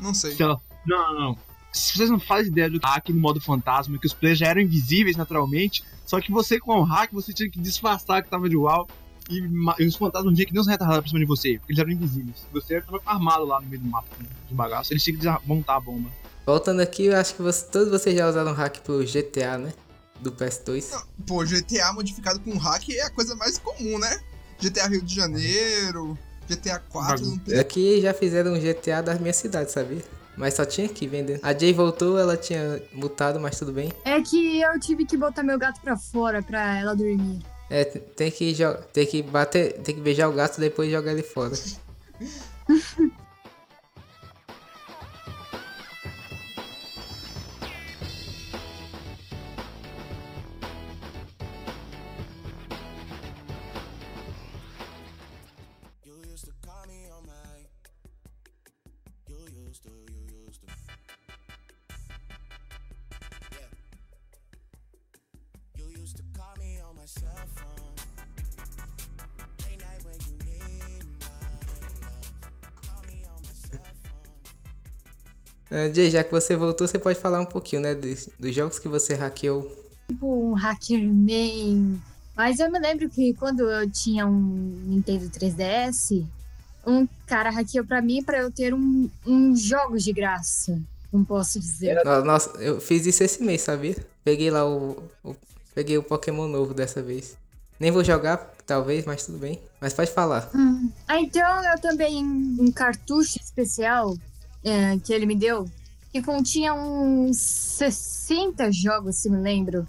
E: não sei.
K: Sei lá. Assim, Não, não, não. Se vocês não fazem ideia do hack no modo fantasma, que os players já eram invisíveis naturalmente, só que você com o hack, você tinha que disfarçar que tava de UAU e, ma- e os fantasmas vinham que nem uns retardados pra cima de você, porque eles eram invisíveis. Você tava armado lá no meio do mapa de bagaço, eles tinham que desmontar a bomba.
I: Voltando aqui, eu acho que você- todos vocês já usaram hack pro GTA, né? Do PS2.
E: Não, Pô, GTA modificado com hack é a coisa mais comum, né? GTA Rio de Janeiro, GTA 4,
K: Bagun-
E: não tem-
I: Aqui já fizeram um GTA da minha cidade, sabia? Mas só tinha aqui vendendo. A Jay voltou, ela tinha mutado, mas tudo bem.
G: É que eu tive que botar meu gato pra fora pra ela dormir.
I: É, t- tem que jogar, tem que bater, tem que beijar o gato e depois jogar ele fora. É, Jay, já que você voltou, você pode falar um pouquinho, né? Dos, dos jogos que você hackeou.
G: Tipo um hacker man, Mas eu me lembro que quando eu tinha um Nintendo 3DS, um cara hackeou pra mim pra eu ter um, um jogo de graça. Não posso dizer.
I: No- Nossa, eu fiz isso esse mês, sabia? Peguei lá o, o- Peguei o Pokémon novo dessa vez. Nem vou jogar, talvez, mas tudo bem. Mas pode falar.
G: Ah, então eu também um cartucho especial é, que ele me deu, que continha uns 60 jogos, se me lembro,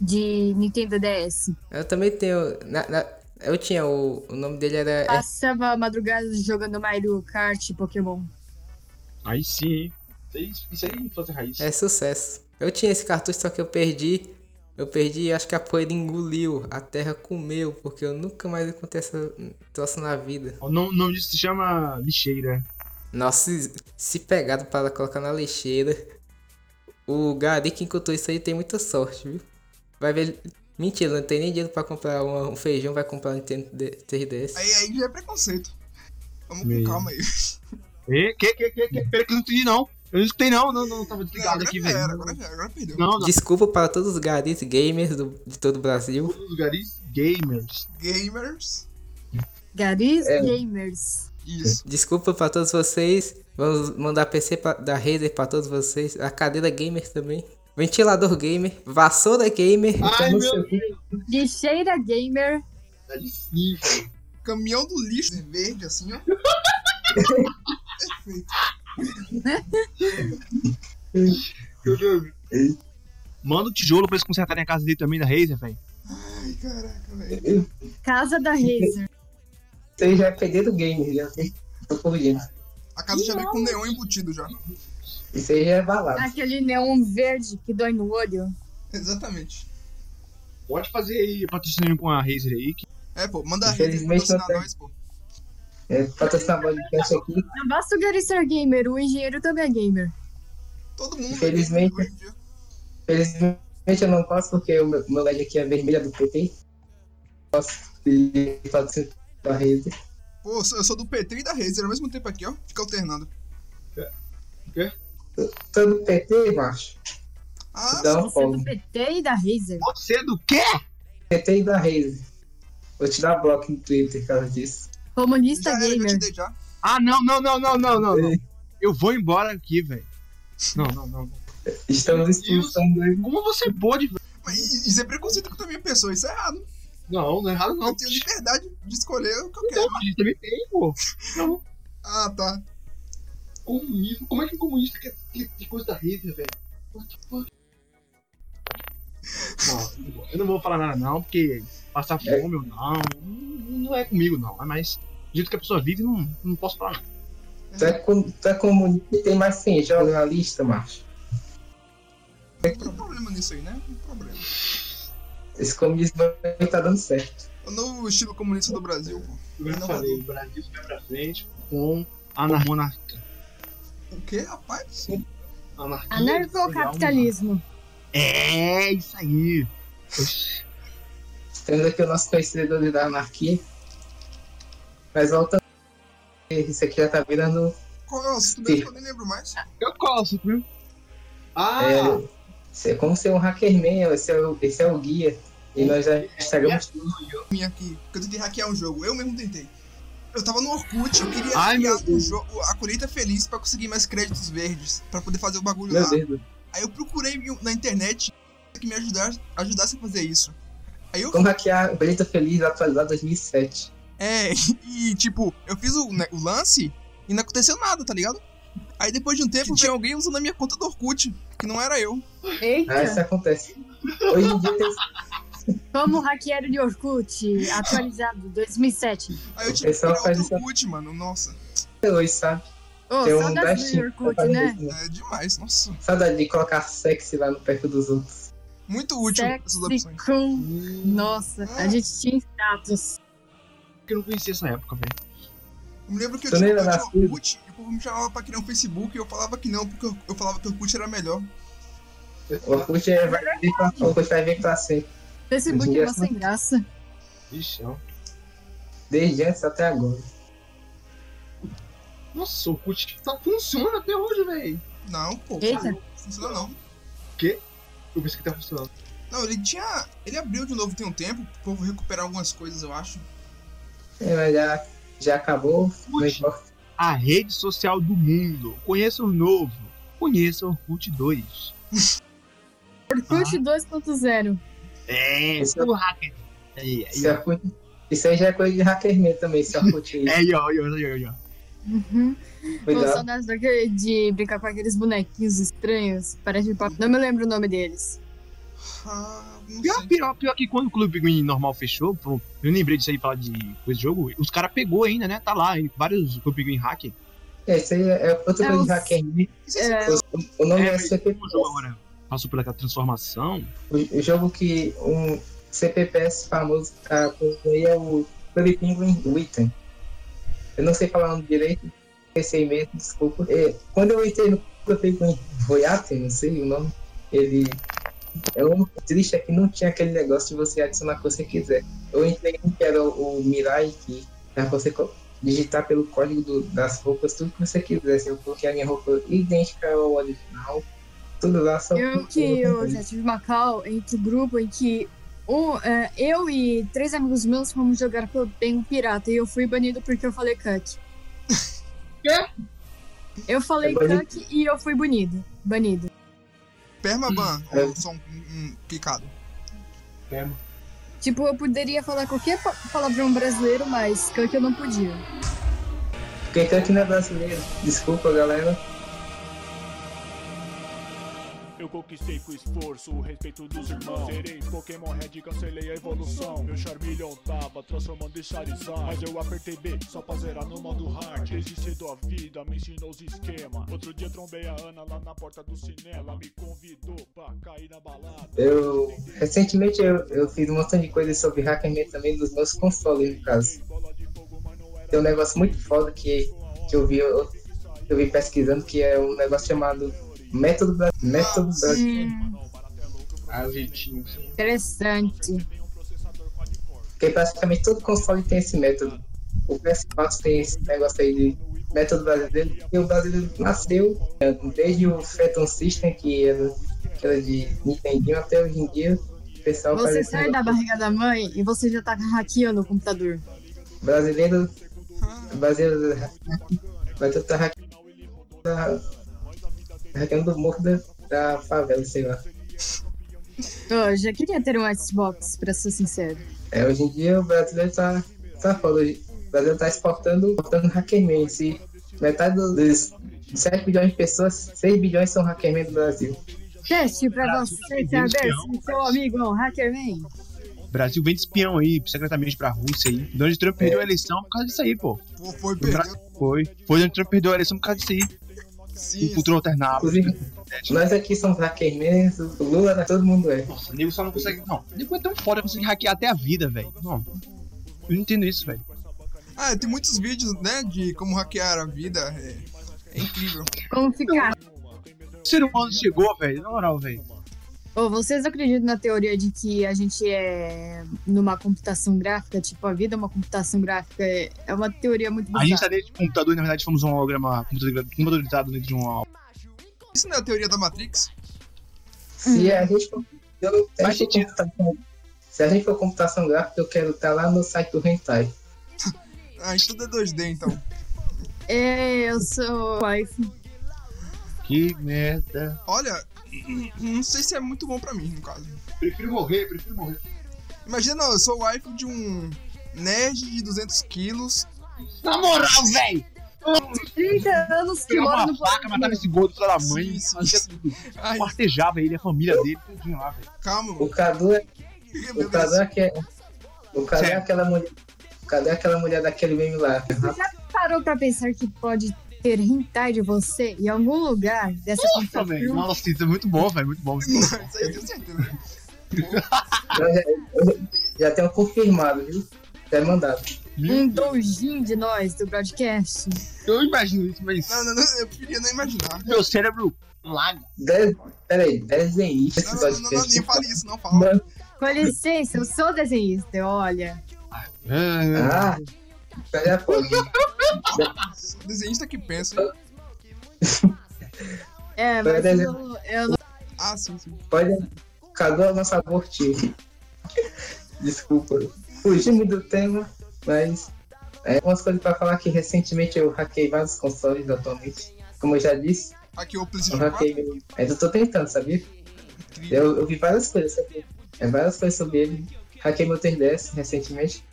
G: de Nintendo DS.
I: Eu também tenho. na- na- eu tinha o. O nome dele era.
G: Passava a madrugada jogando Mario Kart e Pokémon.
K: Aí sim, hein? Isso, isso aí é infância raiz.
I: É sucesso. Eu tinha esse cartucho, só que eu perdi. Eu perdi e acho que a poeira engoliu. A terra comeu, porque eu nunca mais encontrei essa troça na vida.
K: O nome, o nome disso se chama lixeira.
I: Nossa, se- se pegado para colocar na lixeira. O gari que encontrou isso aí tem muita sorte, viu? Vai ver. Mentira, não tem nem dinheiro pra comprar uma- um feijão, vai comprar um Nintendo D- 3DS.
E: Aí, aí já é preconceito. Vamos
K: Meio.
E: com calma aí.
K: E, que, que, que, que, pera que eu não entendi não. Eu não escutei não, não, não tava desligado
E: Agora
K: aqui,
E: já
K: velho.
E: era, agora já era, agora perdeu.
K: Não, não.
I: Desculpa para todos os garis gamers do- de todo o Brasil.
K: Todos os garis gamers.
E: Gamers.
G: Garis Gamers.
K: É.
E: Isso.
I: Desculpa para todos vocês. Vamos mandar PC pra, da Razer para todos vocês. A cadeira é gamer também. Ventilador gamer. Vassoura é gamer. Então, assim,
K: Ai, meu
J: seu cu.
G: Lixeira Gamer.
K: Aí sim, velho.
E: Caminhão do lixo verde, assim, ó. Perfeito.
K: Manda o tijolo pra eles consertarem a casa dele também da Razer, velho.
E: Ai, caraca, velho.
G: Casa da Razer.
J: Isso aí já é perder do game, já. Tô corrigindo.
E: A casa já vem com neon embutido já. [LAUGHS]
J: Isso aí já é balado.
G: Aquele neon verde que dói no olho.
E: Exatamente.
K: Pode fazer aí patrocínio com a Razer aí. Que...
E: É, pô, manda a rede
J: Infelizmente
E: patrocinar
J: não tem.
E: nós, pô.
J: É, patrocinar o podcast aqui.
G: Não basta o Gary ser gamer, o engenheiro também é gamer.
E: Todo mundo.
J: Infelizmente.
E: hoje em dia.
J: Felizmente eu não posso porque o meu, meu LED aqui é vermelha do PT. Posso pedir patrocínio da rede.
E: Pô, eu sou- eu sou do PT e da Razer ao mesmo tempo aqui, ó. Fica alternando.
J: Tô do PT, macho.
E: Ah,
J: Dá um
G: Você é do
J: pau.
G: PT e da Razer.
K: Você é do quê?
J: PT e da rede. Vou te dar bloco no Twitter por causa disso.
G: Comunista
E: já era, já te
G: gamer.
E: dei já.
K: Ah, não, não, não, não, não, não. não. Eu vou embora aqui, velho. Não, não, não.
J: Estamos expulsando ele.
K: Como você pode, velho?
E: Mas isso é preconceito contra a minha pessoa, isso é errado.
K: Não, não é errado não.
E: Eu tenho liberdade de escolher o que eu quero.
K: Não, a gente também tem, pô. Não,
E: Ah, tá.
K: comunismo. Como é que um comunista quer quer ter coisa da Razer, velho? What the fuck? Não, eu não vou- eu não vou falar nada não, porque passar fome ou não, não é comigo não. Mas do jeito que a pessoa vive, não, não posso falar nada.
J: Tu é, com, tu é comunista e tem mais 100 jogos na lista, macho.
E: Não tem problema nisso aí, né? Não tem problema.
J: Esse comunismo aí tá dando certo.
E: O novo estilo comunista do Brasil, pô.
K: Eu já
E: Não,
K: falei, o Brasil vai pra frente com a anar- monarquia.
E: O quê, rapaz?
K: Anarquia
G: Anarcocapitalismo.
K: É, isso aí.
J: Temos aqui o nosso conhecedor da anarquia. Mas volta. Isso aqui já tá virando.
E: Qual é o assunto mesmo que eu nem lembro mais?
K: Eu coço, viu? Ah,
J: É, isso é como ser um hackerman, esse é o, esse é o guia. E nós já estragamos tudo.
E: Minha aqui, que eu tentei hackear um jogo. Eu mesmo tentei. Eu tava no Orkut, eu queria
K: Ai, meu
E: hackear o jogo, a Colheita Feliz pra conseguir mais créditos verdes, pra poder fazer o bagulho
J: Meu
E: lá.
J: Deus, do céu.
E: Aí eu procurei um, na internet que me ajudasse, ajudasse a fazer isso. Aí eu
J: como hackear Planeta Feliz atualizado 2007?
E: É, [LAUGHS] e tipo, eu fiz o, né, o lance e não aconteceu nada, tá ligado? Aí depois de um tempo tinha alguém usando a minha conta do Orkut, que não era eu.
J: Ah,
G: Eita,
J: isso acontece. Hoje em dia tem
G: [LAUGHS]
E: é.
G: como hackear de Orkut, atualizado 2007.
E: Aí eu tive que
J: Pessoal
E: criar
J: faz isso-
E: outro Orkut, mano. Nossa,
J: até hoje, sabe?
G: Ô,
J: tem um
G: saudades do
J: baixinho.
G: Orkut, né?
E: é demais, nossa.
J: Saudade de colocar sexy lá no perfil dos outros.
E: Muito útil essas opções.
G: Sexicum. Nossa, a gente tinha status.
K: que eu não conhecia essa época, velho.
E: Eu me lembro que eu
J: Tu
E: tinha
J: nem
E: um
J: era
E: conta no
J: nascido?
E: Orkut e o povo me chamava pra criar um Facebook e eu falava que não, porque eu, eu falava que o Orkut era melhor.
J: O Orkut é- vai vir pra, o Orkut vai vir pra sempre.
G: Facebook é uma sem graça.
K: Ixi, ó.
J: Desde antes até agora.
K: Nossa, o Orkut tá, funciona até hoje, velho.
E: Não, pô,
G: Eita.
E: não funciona não.
K: Eu pensei que tá funcionando.
E: Não, ele tinha. Ele abriu de novo tem um tempo, pro povo recuperar algumas coisas, eu acho.
I: É, mas já, já acabou. não
K: Puxa.
I: importa.
K: A rede social do mundo. Conheça o novo. Conheça o Orkut 2.
G: Orkut
E: Ah.
G: 2.0.
K: É,
I: Esse é-
K: o hacker. Aí, aí,
I: Isso, é coisa- isso aí já é coisa de hackerman também, se é eu curtir.
K: ó. Aí, ó, aí, ó, aí, ó.
G: Uhum. Tô
I: Cuidado.
G: saudades daquele- de brincar com aqueles bonequinhos estranhos. Parece um pop. Não me lembro o nome deles.
E: Ah, não
K: Pior,
E: sei.
K: pior, pior que quando o Clube Green normal fechou, pô, eu lembrei disso aí falar de coisa de jogo, os caras pegou ainda, né? Tá lá, hein, vários Clube Green hacker.
I: Isso aí é outra
G: É
I: coisa
G: um-
I: de hackerman.
G: É,
I: O nome
K: É,
I: é,
K: mas
I: CPPS.
K: O jogo agora passou por aquela transformação.
I: O, o jogo que um CPPS famoso tá com aí é o Pretty Penguin Witten. Eu não sei falar o nome direito, pensei mesmo, desculpa. É, quando eu entrei no Pretty Penguin Voyate, não sei o nome, ele. É um triste é que não tinha aquele negócio de você adicionar o que você quiser. Eu entrei no que era o o Mirai, que era você co- digitar pelo código do- das roupas tudo que você quisesse. Eu coloquei a minha roupa idêntica ao original, tudo lá só.
G: eu
I: porque
G: que
I: não
G: eu
I: tem.
G: já tive uma call entre o grupo em que um, é, eu e três amigos meus fomos jogar pelo bem um pirata e eu fui banido porque eu falei cut. Eu falei
I: É banido.
G: cut e eu fui banido. Banido.
E: Permaban,
J: É.
E: ou só um, um picado.
G: Tipo, eu poderia falar qualquer pa- palavrão brasileiro, mas cut eu não podia.
I: Porque tanto não é brasileiro. Desculpa, galera.
M: Eu conquistei com esforço o respeito dos irmãos. Serei Pokémon Red, cancelei a evolução. Meu Charmeleon tava transformando em Charizard. Mas eu apertei B só pra zerar no modo hard. Desde cedo a vida me ensinou os esquema. Outro dia trombei a Ana lá na porta do cinema. Ela me convidou pra cair na balada.
I: Eu recentemente eu, eu fiz um montão de coisas sobre hackerman também dos meus consoles, no caso. Tem um negócio muito foda que, que eu vi eu, eu vi pesquisando que é um negócio chamado método Bra- método Bra-
K: Azeitinho.
G: Interessante.
I: porque praticamente todo console tem esse método. O PS4 tem esse negócio aí de método brasileiro, e o brasileiro nasceu né, desde o Phantom System, que era, que era de Nintendinho, até hoje em dia. O pessoal faz
G: Você
I: esse
G: sai da
I: negócio.
G: barriga da mãe e você já tá hackeando o computador.
I: brasileiro
G: Ah.
I: brasileiro vai tentar hackeando tá hackeando o morro da, da favela, sei lá.
G: Eu já queria ter um Xbox, pra ser sincero.
I: É, hoje em dia o brasileiro tá, tá foda. O brasileiro tá exportando, exportando hackerman. Se metade dos 7 bilhões de pessoas, 6 bilhões são hackerman do Brasil.
G: Teste pra você
K: Brasil,
G: saber
K: espião,
G: se seu amigo é um hackerman.
K: Brasil vem de espião aí, secretamente pra Rússia aí. Donald Trump perdeu a eleição por causa disso aí, pô.
E: Pô, foi,
K: O Brasil
E: perdeu.
K: foi. Foi Donald Trump perdeu a eleição por causa disso aí.
E: Sim,
K: Um futuro alternado.
I: Inclusive, nós aqui somos hackerman, o Lula, né, todo mundo é.
K: Nossa, o nego só não consegue. Não, o nego é tão foda conseguir hackear até a vida, velho. Não. Eu não entendo isso, velho.
E: Ah, tem muitos vídeos, né, de como hackear a vida. É, é incrível.
K: Então,
G: Como ficar?
K: O ser humano chegou, velho. Na moral, velho.
G: Ô, vocês acreditam na teoria de que a gente é numa computação gráfica? Tipo, a vida é uma computação gráfica? É é uma teoria muito
K: A gente
G: bizarra.
K: tá dentro de um computador e na verdade fomos um holograma computador- computadorizado dentro de um.
E: Isso não é a teoria da Matrix?
I: Se a gente for, eu- se a
K: Faz
I: gente for computação, se a gente for computação gráfica, eu quero estar lá no site do Hentai.
E: Ah, isso tudo é 2D, então.
G: É, eu sou wife.
K: Que merda.
E: Olha, não sei se é muito bom pra mim, no caso.
K: Prefiro morrer, prefiro morrer.
E: Imagina, eu sou o wife de um nerd de 200 quilos.
K: Na moral, velho!
G: 30 anos que
K: Pegava
G: moro
K: uma
G: no
K: faca, tá matava esse gordo pela mãe.
E: Sim, sim, sim. Ai,
K: Quartejava ele, a família dele, tudinho lá, velho.
E: calma,
I: O
E: mano.
I: Cadu é O
E: Meu Deus.
I: Cadu é aquele. O Cadu é
K: Certo.
I: aquela mulher. O Cadu é aquela mulher daquele meme lá.
G: Parou pra pensar que pode ter hentai de você em algum lugar dessa
K: Nossa, velho.
G: computação?
K: Nossa, isso é muito bom, velho. Muito bom.
E: [LAUGHS] Isso aí eu tenho certeza.
I: Eu já, eu já tenho confirmado, viu? Já é mandado.
K: Hum.
G: Um doujin de nós do broadcast.
K: Eu imagino isso, mas.
E: Não, não, não, eu preferia não imaginar.
K: Meu cérebro laga.
I: De, peraí, desenhista. tipo
E: Não, não, não, não, não, nem fale isso, não fala.
I: Mano,
G: Com licença, eu sou desenhista, olha.
I: Ah, peraí, pô.
E: Desenhista que tá pensa. hein?
G: É,
I: Tô
G: mas
I: entendendo.
G: É,
K: é
G: eu, eu não
E: Ah, sim, sim.
I: Pode, Cadê a nossa abortiva? Desculpa. Fugi muito do tema, mas é umas coisas pra falar que recentemente eu hackei vários consoles atualmente. Como eu já disse,
E: Hackeou é o
I: eu
E: PlayStation 4?
I: hackei. meu- Ainda tô tentando, sabia?
E: Incrível.
I: Eu, eu vi várias coisas sobre ele. É, várias coisas sobre ele. Hackei meu 3DS recentemente.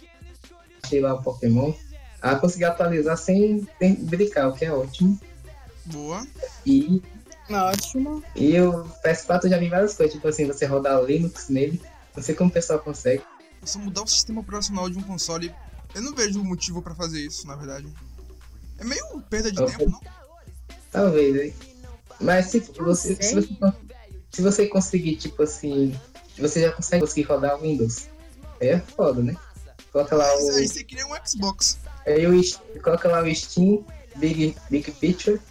I: Achei lá o Pokémon. Ah, consegui atualizar sem, sem brincar, o que é ótimo.
E: Boa.
I: E,
G: Ótimo.
I: e o PS4 eu já vi várias coisas, tipo assim, você rodar Linux nele. Não sei como o pessoal consegue.
E: Você É mudar o sistema operacional de um console, eu não vejo motivo pra fazer isso, na verdade. É meio perda de
I: Eu-
E: tempo, não?
I: Talvez, hein? Mas se
G: Não
I: você, se
G: sei.
I: você, con- se você conseguir, tipo assim, você já consegue conseguir rodar Windows. Aí é foda, né? Coloca lá
E: Mas
I: o.
E: aí você cria um Xbox.
I: Aí eu coloca lá o Steam, Big, Big Picture,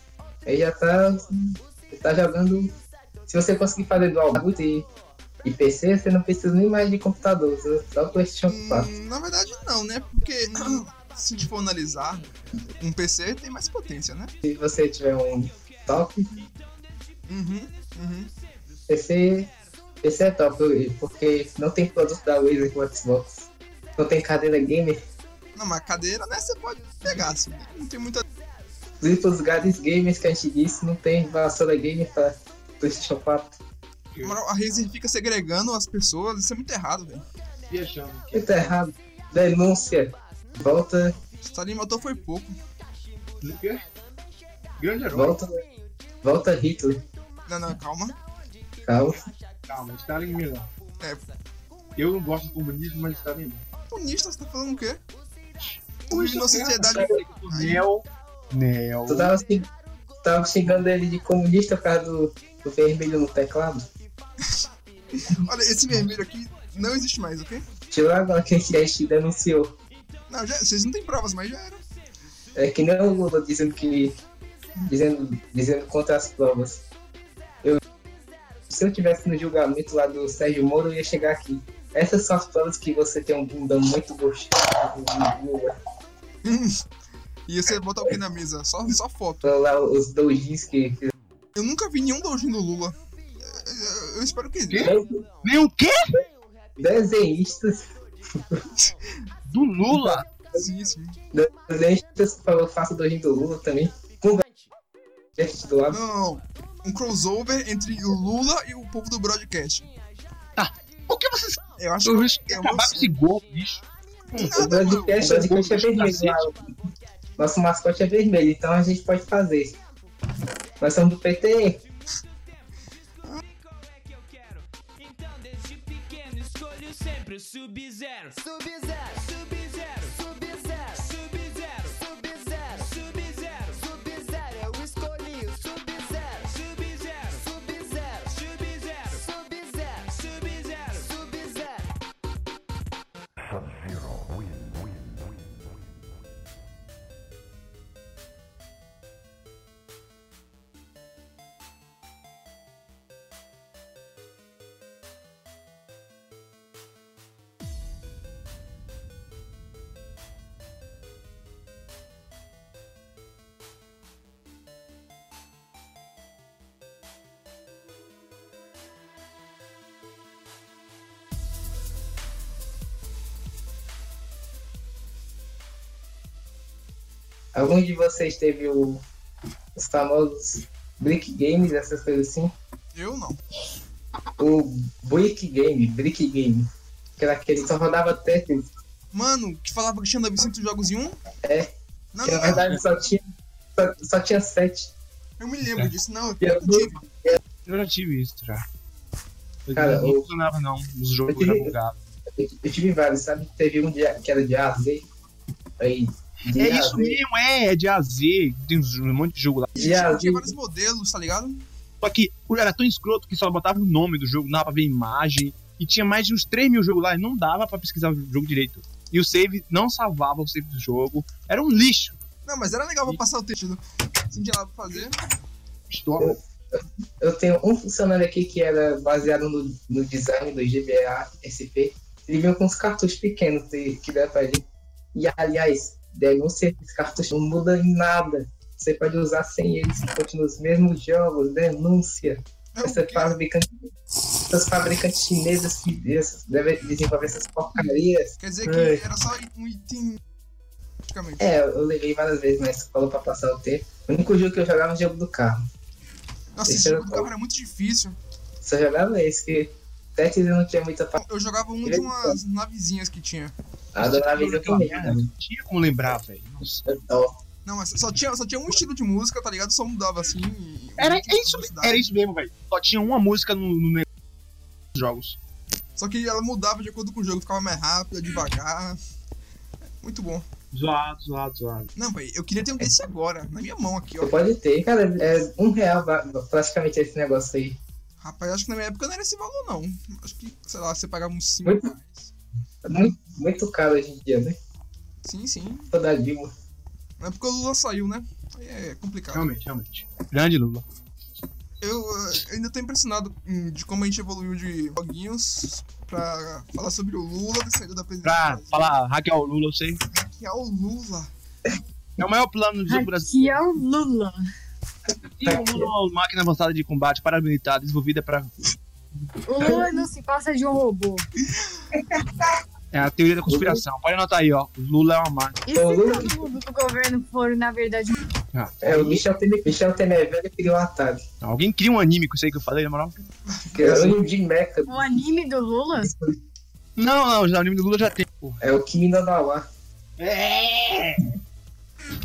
I: aí já tá, tá jogando. Se você conseguir fazer dual boot e, e PC, você não precisa nem mais de computador, só- só o PlayStation 4.
E: Hum, na verdade, não, né? Porque [CLEARS THROAT] se a gente for analisar, um PC tem mais potência, né?
I: Se você tiver um top,
E: Uhum, uhum.
I: PC, PC é top, eu- porque não tem produto da Wizard com Xbox. Não tem cadeira gamer.
E: Não, mas cadeira, né? Você pode pegar, assim. Não tem muita.
I: Inclusive os lugares gamers que a gente disse, não tem vassoura gamer pra PlayStation 4.
E: na moral, A Razer fica segregando as pessoas, isso é muito errado, velho.
K: E achando que.
I: Muito Então é errado. Denúncia. Volta,
E: Stalin tá matou foi pouco.
K: O quê? Grande herói.
I: volta, volta Hitler. Ah,
E: Não, não, calma.
I: Calma.
K: Calma, Stalin é melhor.
E: É,
K: Eu não gosto do comunismo, mas Stalin é bom.
E: comunista, você tá falando o quê?
K: é
E: Dominou a sociedade.
K: Neo. Neo.
I: Tu tava, xing- tu tava xingando ele de comunista por causa do, do vermelho no teclado?
E: Olha, esse vermelho aqui não existe mais, ok?
I: Tirou agora que a gente denunciou.
E: Não, já, vocês não têm provas, mas já era. [LAUGHS]
I: É que nem o Lula dizendo que. dizendo, dizendo contra as provas. Eu, se eu tivesse no julgamento lá do Sérgio Moro, eu ia chegar aqui. Essas são as provas que você tem um bundão muito gostoso. um Lula.
E: E você botar o que na mesa? Só, só foto.
I: Foram lá os doujins que.
E: Eu nunca vi nenhum doujin do Lula. Eu- Eu, eu espero que exista.
K: Nem o quê?
I: Desenhistas.
K: Do Lula?
E: Sim, sim.
I: Desenhistas falou, faça doujin do Lula também. Com gente do lado.
E: Não, um crossover entre o Lula e o povo do broadcast.
K: Por que vocês
E: Eu acho
K: Eu acho
E: que
K: que
E: é
K: é
E: um
K: acabar com esse gol, bicho.
I: O
E: nada, mano.
I: Broadcast, o Broadcast é vermelho.
K: Cacete.
I: lá. Nosso mascote é vermelho, então a gente pode fazer. Nós somos do PT. Algum de vocês teve o- os famosos Brick Games, essas coisas assim?
E: Eu não.
I: O Brick Game, Brick Game. Que era aquele que só rodava Tetris.
E: Mano, que falava que tinha 900 jogos em um?
I: É.
E: Não,
I: Que na
E: não,
I: verdade só tinha, só, só tinha sete.
E: eu me lembro disso, não.
I: E
E: Eu
I: eu-
E: tive.
K: Eu já tive isso, já. Eu
I: Cara,
K: não
I: o-
K: funcionava não, os jogos
I: Eu tive-
K: já bugavam.
I: Eu, eu tive vários, sabe? Teve um de, que era de A a Z. Aí. De
K: É
I: A a Z.
K: isso mesmo, é, é de AZ, tem um monte de jogo lá.
I: De A a Z.
E: Tinha vários modelos, tá ligado?
K: Só que era tão escroto que só botava o nome do jogo, não dava pra ver imagem. E tinha mais de uns 3 mil jogos lá e não dava pra pesquisar o jogo direito. E o save não salvava o save do jogo. Era um lixo.
E: Não, mas era legal pra passar o texto. né? Assim tinha lá pra fazer.
K: Pistola.
I: Eu tenho um funcionário aqui que era baseado no, no design do GBA SP. Ele veio com uns cartuchos pequenos que, que deram pra ele. E, aliás, um denúncia, esses cartuchos não mudam em nada. Você pode usar sem eles, continua os mesmos jogos, denúncia.
E: É o
I: Essa
E: quê?
I: fábrica... essas fabricantes chinesas que des- devem desenvolver essas porcarias.
E: Quer dizer
I: Ai.
E: que era só um item. Praticamente.
I: É, eu levei várias vezes na escola pra passar o tempo. O único jogo que eu jogava era o jogo do carro.
E: Nossa, esse
I: esse era
E: jogo do carro era muito difícil.
I: Só jogava esse, que Tetris eu não tinha muita pa-
E: Eu jogava um de
I: Ele- é
E: umas navezinhas que tinha.
I: Adorava isso também,
K: Ah,
I: né?
K: não tinha como lembrar, velho. Nossa.
I: Então,
E: Não, mas só tinha, só tinha um estilo de música, tá ligado? Só mudava assim. e-
K: Era, é isso,
E: velocidade.
K: era isso mesmo, velho. Só tinha uma música no, no negócio dos jogos.
E: Só que ela mudava de acordo com o jogo, ficava mais rápida, devagar. Muito bom.
K: Zoado, zoado, zoado.
E: Não, velho, eu queria ter um desse agora, na minha mão aqui, ó.
I: Você pode ter, cara, é um real ba- praticamente esse negócio aí.
E: Rapaz, acho que na minha época não era esse valor, não. Acho que, sei lá, você pagava uns 5
I: Muito.
E: reais.
I: É Muito, muito caro hoje em dia, né?
E: Sim, sim.
I: Toda Dilma.
E: Na época o Lula saiu, né? Aí é complicado.
K: Realmente, realmente. Grande Lula.
E: Eu eh, ainda tô impressionado hum, de como a gente evoluiu de joguinhos pra falar sobre o Lula, da saída da
K: Pra
E: presidência.
K: falar Raquel Lula, eu sei.
E: Que é o Lula.
K: É o maior plano do Brasil.
G: Aqui é o Lula.
K: E o Lula é uma máquina avançada de combate paramilitar desenvolvida para
G: O Lula não se passa de um robô.
K: é, a teoria da conspiração. Pode anotar aí, ó. O Lula é uma máquina.
G: E se
I: Ô, Lula.
G: todo mundo do governo for, na verdade,
I: É, o Michel Temer, Michel Temer velho criou um atalho.
K: Alguém cria um anime com isso aí que eu falei, na moral?
I: Que é o Jim Meca,
G: o um anime do Lula,
K: Não, não, já- o anime do Lula já tem, pô.
I: é o Kim Nonawa.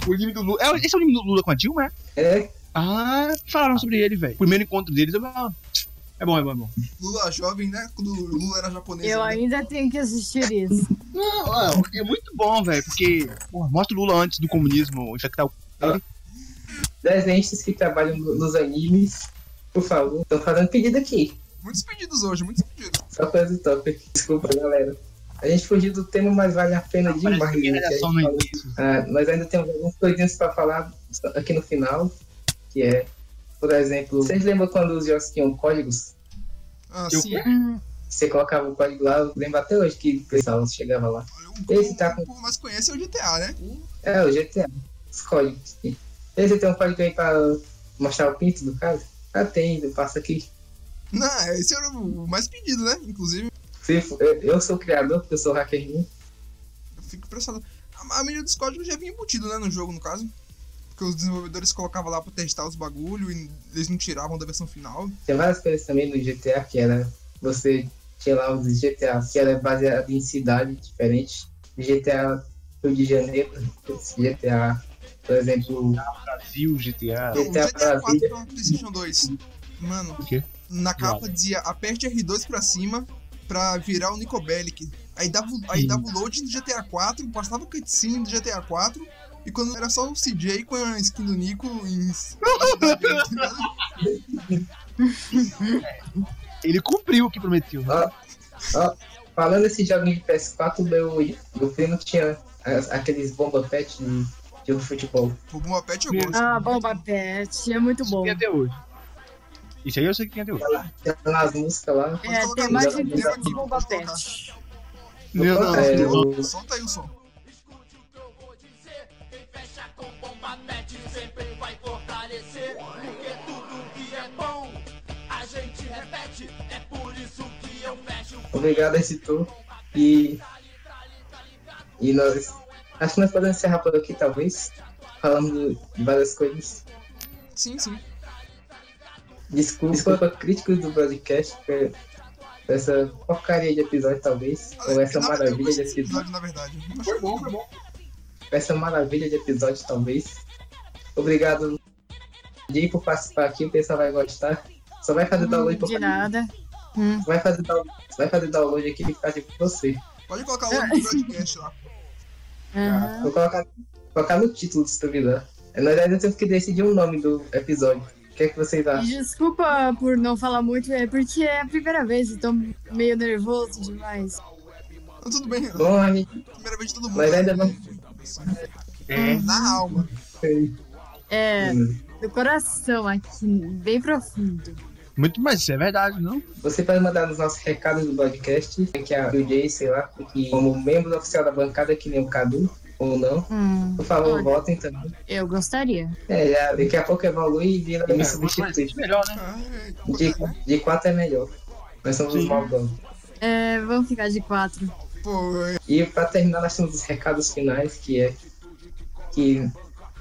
K: O anime do Lula. É, esse é o anime do Lula com a Dilma, é?
I: É,
K: Ah, falaram sobre ele, velho. Primeiro encontro deles, eu ah, É bom, é bom, é bom.
E: Lula jovem, né? Quando o Lula era japonês. né?
G: eu
E: ainda.
G: ainda tenho que assistir isso.
K: Não, não, é muito bom, velho, porque porra, mostra o Lula antes do comunismo infectar o.
I: desenhistas que trabalham no- nos animes, por favor, tô fazendo pedido aqui.
E: Muitos pedidos hoje, muitos pedidos.
I: Só coisa do top. Desculpa, galera. A gente fugiu do tema, mas é vale a pena demais.
K: Parece que
I: gente. A
K: era
I: gente
K: só no
I: falou-
K: início.
I: Ah, nós ainda temos algumas coisinhas pra falar aqui no final, que é, por exemplo, vocês lembram quando os jogos tinham códigos?
E: Ah,
K: Eu-
E: sim.
I: Você colocava o código lá, eu lembro até hoje que o pessoal chegava lá.
E: Olha, o
I: Esse tá
E: o povo mais conhece é o GTA, né? O-
I: É, o GTA. Os códigos. sim. E aí você tem um código aí pra mostrar o pinto do cara? Ah, tem, passa aqui.
E: Não, esse era o mais pedido, né? Inclusive,
I: Se for- eu, eu sou o criador, porque eu sou hacker né? ruim.
E: eu fico impressionado. A, a mídia dos códigos já vinha embutida, né? No jogo, no caso. Porque os desenvolvedores colocavam lá pra testar os bagulho e eles não tiravam da versão final.
I: Tem várias coisas também no GTA que era. Você tinha lá os GTA que era baseado em cidade diferente. GTA Rio de Janeiro, GTA, por exemplo,
K: Brasil,
I: [LAUGHS]
K: GTA.
E: Não, o
I: GTA
E: GTA 4
I: Brasília.
E: pra PlayStation 2. Mano,
K: O quê?
E: na capa dizia aperte R2 pra cima pra virar o Nicobelic. Aí dava, o- aí dava o load do GTA 4, passava o cutscene do GTA 4. E quando era só o CJ com a skin do Nico em.
K: Ele cumpriu o que prometeu.
I: Ah. Falando desse joguinho de PS4, meu, meu primo tinha as- aqueles bomba pet de jogo de futebol.
E: Pô, Bomba Pet eu gosto.
G: Ah, Bomba Pet, é muito
K: Isso
G: bom.
K: tem até hoje. Isso aí eu sei que tem até hoje.
I: Tinha Nas músicas lá.
G: É, tem mais de 200 Bomba Pet.
K: Meu
I: Opa, é,
K: Deus.
I: o-
E: Solta aí o som.
H: Escute o que eu vou dizer. Quem fecha com bomba pet sempre vai fortalecer. Porque tudo que é bom, a gente repete. É por isso que eu fecho
I: Obrigado a esse tour. E. E nós. Acho que nós podemos encerrar por aqui, talvez. Falando de várias coisas.
E: Sim, sim.
I: Desculpa, desculpa críticos do broadcast por por essa porcaria de episódio, talvez. Ou essa
E: Na verdade, eu
I: maravilha de
E: gostei desse
I: episódio.
E: episódio, na verdade.
K: Foi bom, foi bom.
I: Essa maravilha de episódio, talvez. Obrigado, Jay, por participar aqui. O pessoal vai gostar. Só vai fazer download
G: Hum,
I: por
G: De nada.
I: Vai fazer, down- vai fazer download aqui por causa de você.
E: Pode colocar o nome do podcast lá.
G: Aham.
I: Vou colocar, colocar no título É, se duvidar. Nós ainda temos que decidir o nome do episódio. O que é que vocês
G: E
I: acham?
G: Desculpa por não falar muito, é porque é a primeira vez, eu tô meio nervoso demais.
E: Então, tudo bem, Renan.
I: Bom, a gente
E: Primeira vez de todo mundo. né?
I: Mas ainda não-
K: É.
E: Na alma.
I: fez.
G: É, do coração aqui, bem profundo.
K: Muito mais, isso é verdade, não?
I: Você pode mandar nos nossos recados do podcast, que é o Jay, sei lá, que como membro oficial da bancada, que nem o Cadu, ou não.
G: Hum,
I: Por favor,
G: Olha.
I: votem também.
G: eu gostaria.
I: É, já,
K: É,
I: daqui a pouco evolui e vira me
K: Muito mais,
I: substituir.
K: melhor, né?
E: Ah, é,
I: De, de quatro é melhor. Nós somos os maldosos.
G: É, vamos ficar de quatro.
E: Pô, é-
I: E pra terminar, nós temos os recados finais, que é que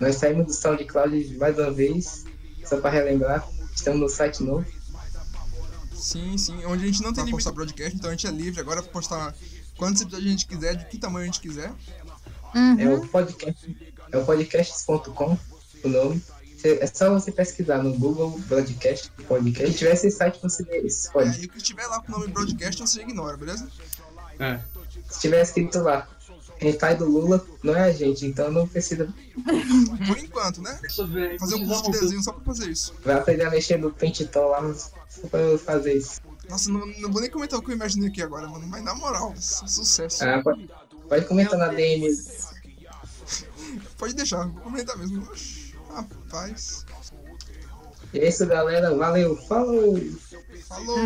I: nós saímos do SoundCloud mais uma vez, só pra relembrar, estamos no site novo.
E: sim, sim. Onde a gente não tem
I: Pra
E: limite
I: postar
E: pra broadcast, então a gente é livre agora pra postar quantos episódios a gente quiser, de que tamanho a gente quiser.
G: Uhum.
I: É o podcast, é o podcasts.com, o nome. Cê- É só você pesquisar no Google Broadcast, podcast. Se tiver esse site, você vê esse
E: É,
I: pode.
E: e o que estiver lá com o nome broadcast, você ignora, beleza?
K: É.
I: Se tiver escrito lá, Hentai do Lula, não é a gente, então não precisa.
E: Por enquanto, né? Fazer um curso de desenho só pra fazer isso.
I: Vai aprender a mexer no Pentatão lá, mas só pra eu fazer isso.
E: Nossa, não, não vou nem comentar o que eu imaginei aqui agora, mano. Mas na moral, su- sucesso.
I: Ah, pode, pode comentar na DM.
E: Pode deixar, vou comentar mesmo. Oxi, Rapaz.
I: E é isso, galera. Valeu, falou!
E: Falou.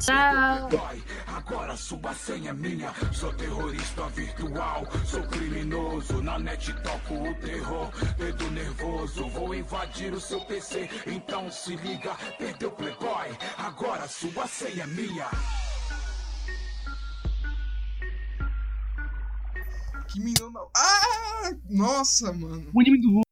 G: Tchau.
N: Agora suba a senha minha, sou terrorista virtual, sou criminoso, na net toco o terror, dedo nervoso, vou invadir o seu PC, então se liga, perdeu Playboy, agora suba a senha minha.
E: Que menino. Ah! Nossa, mano.
K: O anime do Lula.